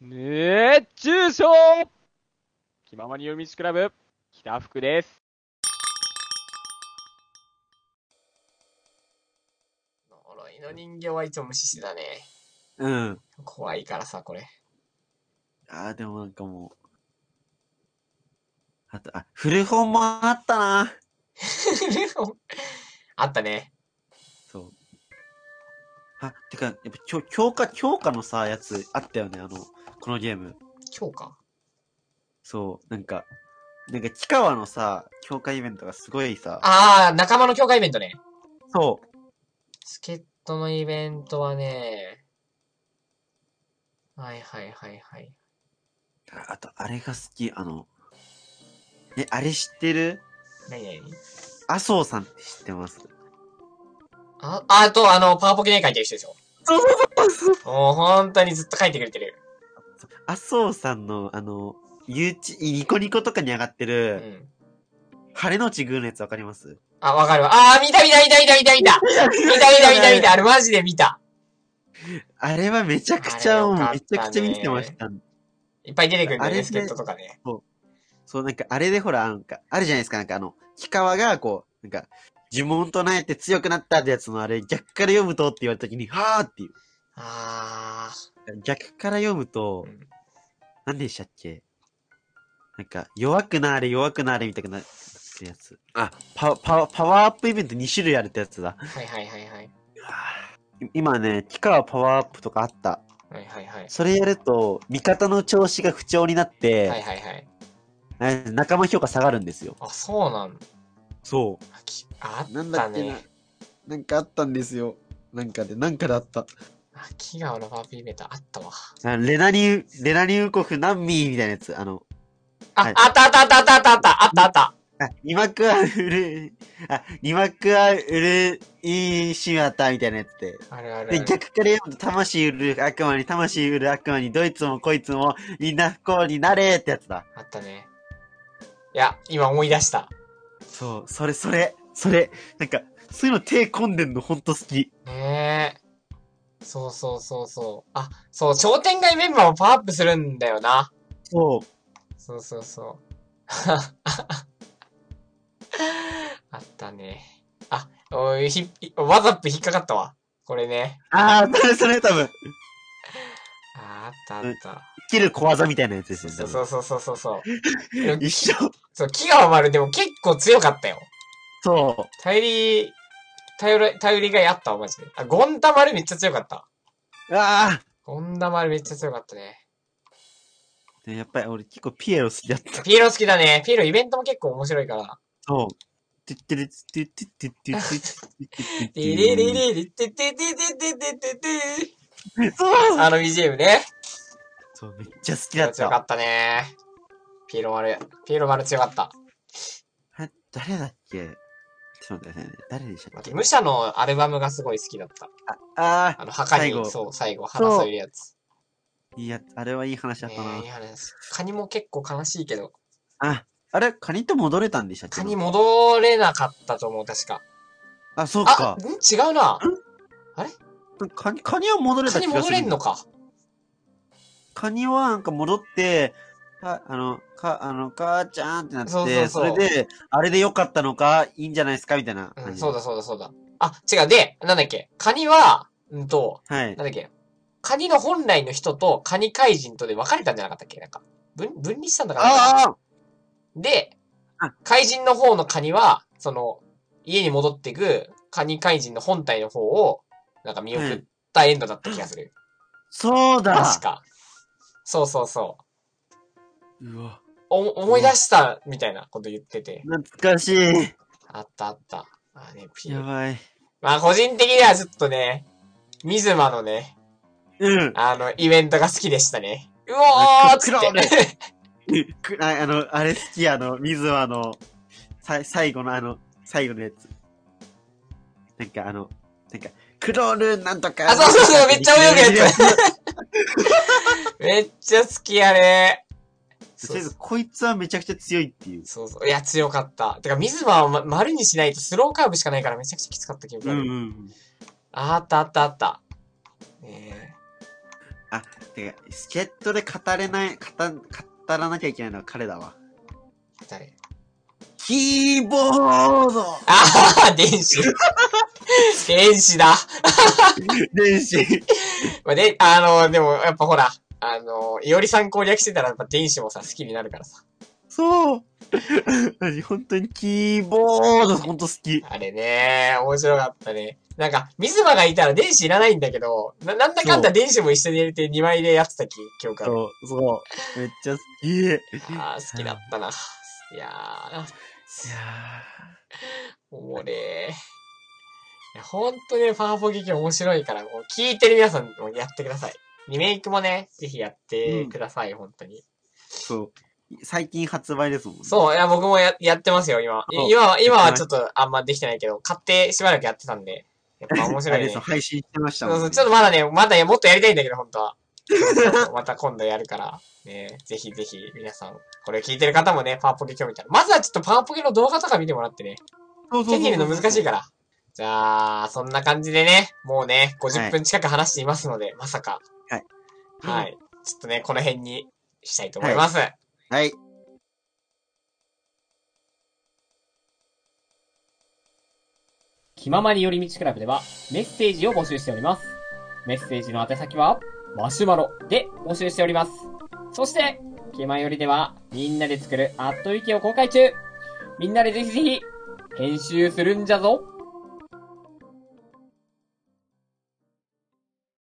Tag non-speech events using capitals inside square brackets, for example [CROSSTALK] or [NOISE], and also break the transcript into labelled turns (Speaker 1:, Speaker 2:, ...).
Speaker 1: 熱中症気ままに夜道クラブ、北福です。
Speaker 2: 呪いの人形はいつも無視してたね。
Speaker 3: うん。
Speaker 2: 怖いからさ、これ。 [LAUGHS]
Speaker 3: ああ、でもなんかもう。あと、あ、古本もあったな。
Speaker 2: あったね。
Speaker 3: そう。あ、てか、やっぱ強強化、強化のさ、やつあったよね、あの、このゲーム。
Speaker 2: 今日か。
Speaker 3: そう、なんか、なんか、近川のさ、強化イベントがすごいさ、
Speaker 2: あー、仲間の強化イベントね。
Speaker 3: そう、
Speaker 2: 助っ人のイベントはね、はいはいはいはい。
Speaker 3: ああと、あれが好き、あの、え、あれ知ってる
Speaker 2: なになに
Speaker 3: 麻生さんって知ってます
Speaker 2: あ、あと、あの、パワポケで書いてる人でしょ。
Speaker 3: そう
Speaker 2: もう本当にずっと書いてくれてる。
Speaker 3: 麻生さんの、あの、ユーチ、ニコニコとかに上がって
Speaker 2: う
Speaker 3: る、
Speaker 2: ん。
Speaker 3: 晴れのちグーのやつわかります
Speaker 2: あ、わかるわ。あー、見た見た見た見た見た見た見た見た見た見たあれマジで見た。
Speaker 3: あれはめちゃくちゃ、
Speaker 2: あれ
Speaker 3: も
Speaker 2: よ
Speaker 3: う
Speaker 2: かったね
Speaker 3: めちゃくちゃ見てました。
Speaker 2: いっぱい出てくるんだよ
Speaker 3: あれ
Speaker 2: ね、
Speaker 3: ね
Speaker 2: 助っ人とかね。
Speaker 3: そう、なんかあれでほら、なんか、あるじゃないですか、なんかあの、木川がこう、なんか、呪文唱えて強くなったってやつのあれ、逆から読むとって言われた時に、はーっていう。
Speaker 2: あ
Speaker 3: 逆から読むと
Speaker 2: うん、
Speaker 3: 何でしたっけなんか、弱くなれ、弱くなれみたいなってやつ。あ、パパパワーアップイベント2種類あるってやつだ
Speaker 2: ー。。はいはいはいはい。
Speaker 3: い今ね、木川パワーアップとかあった。
Speaker 2: はいはいはい。
Speaker 3: それやると、味方の調子が不調になっ
Speaker 2: はい
Speaker 3: て、
Speaker 2: はいはい。
Speaker 3: え仲間評価下がるんですよ。
Speaker 2: あ、そうなんだ。
Speaker 3: そう。
Speaker 2: あきあっ
Speaker 3: なんだ
Speaker 2: た
Speaker 3: っけな
Speaker 2: ね。。
Speaker 3: なんかあったんですよ。なんかで、なんかであった。
Speaker 2: 秋川のパーピーイベントあったわ。
Speaker 3: あレナニウ、レナニウコフナンミーみたいなやつ。あの、
Speaker 2: あ、
Speaker 3: はい
Speaker 2: あったあったあったあったあったあったあったあった。
Speaker 3: あ、ニマクアウル、あ、ニマクアウルイシマタみたいなやつで。
Speaker 2: あるあるあ
Speaker 3: で、
Speaker 2: る。
Speaker 3: 逆から読むと、魂売る悪魔に、魂売る悪魔に、どいつもこいつも、みんな不幸になれってやつだ。
Speaker 2: あったね。いや、今思い出した。
Speaker 3: そう、それ、それ、それ。なんか、そういうの手込んでんのほんと好き。
Speaker 2: ねえ。そうそうそうそう。あ、そう、商店街メンバーもパワーアップするんだよな。
Speaker 3: そう。
Speaker 2: そうそうそう。 [LAUGHS] あったね。あ、おい、ひ、ワザップ引っかかったわ。これね。
Speaker 3: あー、それ、それ多分、
Speaker 2: あ、あったあった。
Speaker 3: 切る小技みたいなやつですよね。
Speaker 2: そうそうそうそうそう
Speaker 3: [LAUGHS]
Speaker 2: そう。でも
Speaker 3: 一緒。
Speaker 2: そう、木川丸でも結構強かったよ。
Speaker 3: そう。
Speaker 2: 頼り、頼り、頼りがいあったわ、マジで。あ、ゴンダ丸めっちゃ強かった。
Speaker 3: あ
Speaker 2: ゴンダ丸めっちゃ強かったね。
Speaker 3: あやっぱり俺結構ピエロ好きだった。
Speaker 2: ピエロ好きだね。ピエロイベントも結構面白いから。
Speaker 3: そう。てってれってってってってってってって
Speaker 2: でれれれれてててててててて
Speaker 3: そう
Speaker 2: あの BGM ね。
Speaker 3: そう、めっちゃ好きだっ
Speaker 2: 強か
Speaker 3: た。
Speaker 2: ったね。ピエロ丸、ピエロ丸強かった。
Speaker 3: あ誰だっけちょっと待ってくださいね。誰でしたっ
Speaker 2: あ
Speaker 3: け
Speaker 2: と、武者のアルバムがすごい好きだった。
Speaker 3: あ
Speaker 2: あの、墓に
Speaker 3: 最、後
Speaker 2: そう、最後、花添えるやつ。
Speaker 3: あ、いや、あれはいい話だっ
Speaker 2: ね
Speaker 3: たな
Speaker 2: えいい。話。カニも結構悲しいけど、
Speaker 3: あ、あれカニと戻れたんでしたっけ
Speaker 2: カニ戻れなかったと思う、確か。
Speaker 3: あ、そう
Speaker 2: あ
Speaker 3: か、。
Speaker 2: ん違うな。
Speaker 3: カニ、カニは戻れ
Speaker 2: カ
Speaker 3: た
Speaker 2: ニ
Speaker 3: 気がする。
Speaker 2: 戻れんのか。
Speaker 3: カニはなんか戻って、か、あの、か、あの、母ちゃんってなって、
Speaker 2: そ
Speaker 3: そう
Speaker 2: そうそう
Speaker 3: れで、あれでよかったのか、いいんじゃないですかみたいな。
Speaker 2: うん、そうだ。そうだそうだ。あ、違う。で、なんだっけ。カニは、うんと、
Speaker 3: はい
Speaker 2: な。んだっけ。カニの本来の人とカニ怪人とで別れたんじゃなかったっけなんか。分、分離したんだから。
Speaker 3: ああ
Speaker 2: で
Speaker 3: あ、
Speaker 2: 怪人の方のカニは、その、家に戻ってくカニ怪人の本体の方を、なんか見送ったエンドだった気がする。
Speaker 3: そうだ
Speaker 2: 確か。そうそうそう。
Speaker 3: うわ。
Speaker 2: お思い出したみたいなこと言ってて。
Speaker 3: 懐かしい。
Speaker 2: あったあった。あね、ピエ
Speaker 3: や
Speaker 2: ロ
Speaker 3: ばい。
Speaker 2: まあ個人的にはちょっとね、ミズマのね、
Speaker 3: うん。
Speaker 2: あの、イベントが好きでしたね。うおーっつ
Speaker 3: あ黒ね
Speaker 2: って。
Speaker 3: くああの、あれ好き、あの、水はあの、さ最後のあの、最後のやつ。なんかあの、なんか、クロールなんとか。
Speaker 2: あそうそうそうめっちゃ泳ぐやつ
Speaker 3: つ。
Speaker 2: [LAUGHS] めっちゃ好きやね。
Speaker 3: と
Speaker 2: そ
Speaker 3: り
Speaker 2: う
Speaker 3: あえず、こいつはめちゃくちゃ強いっていう。
Speaker 2: そうそう。いや、強かった。てか、ミズマをま丸にしないとスローカーブしかないからめちゃくちゃきつかった記憶
Speaker 3: う
Speaker 2: あ
Speaker 3: ん
Speaker 2: る。
Speaker 3: うん。
Speaker 2: あったあったあった。ねえ。
Speaker 3: てか、助っ人で語れない、語語らなきゃいけないのは彼だわ。
Speaker 2: 誰 [LAUGHS]
Speaker 3: キーボード
Speaker 2: ああ、電子。電子だ。
Speaker 3: 電子。
Speaker 2: まあ、で、あのでもやっぱほら、あのいおりさん攻略してたらやっぱ電子もさ、好きになるからさ。
Speaker 3: そう。 [LAUGHS] 私本当にキーボード本当好き。
Speaker 2: あれね、面白かったね。なんか、水間がいたら電子いらないんだけど、ななんだかんだ電子も一緒に入れて2枚でやってた記記憶ある。
Speaker 3: そう、そう。めっちゃ好き。いや
Speaker 2: ああ、好きだったな。いやー、おもれー。いや、ほんとね、パワポ劇面白いから、もう聞いてる皆さんもやってください。リメイクもね、ぜひやってください、ほんとに。
Speaker 3: そう。最近発売ですもんね。
Speaker 2: そう、いや、僕もややってますよ、今。
Speaker 3: そう
Speaker 2: い今は、今はちょっとあんまできてないけど、買ってしばらくやってたんで、やっぱ面
Speaker 3: あ
Speaker 2: 白い
Speaker 3: れ
Speaker 2: ね。
Speaker 3: ですよ、配信してました
Speaker 2: そう
Speaker 3: もん、
Speaker 2: そう、
Speaker 3: ね。
Speaker 2: ちょっとまだね、まだねもっとやりたいんだけど、本当は。 [LAUGHS] また今度やるから、ね、ぜひぜひ皆さん、これ聞いてる方もね、パワポケ興味たら、まずはちょっとパワポケの動画とか見てもらってね、
Speaker 3: そう
Speaker 2: 手
Speaker 3: そうそう
Speaker 2: に入れるの難しいから。じゃあ、そんな感じでね、もうね、
Speaker 3: は
Speaker 2: 50
Speaker 3: い
Speaker 2: 分近く話していますので、まさか。
Speaker 3: はい。
Speaker 2: はい。ちょっとね、この辺にしたいと思います。
Speaker 3: はい。
Speaker 4: 気ままに寄り道クラブではメッセージを募集しております。メッセージの宛先は、マシュマロで募集しております。そして、気まよりでは、みんなで作るアットウィキを公開中みんなでぜひぜひ、編集するんじゃぞ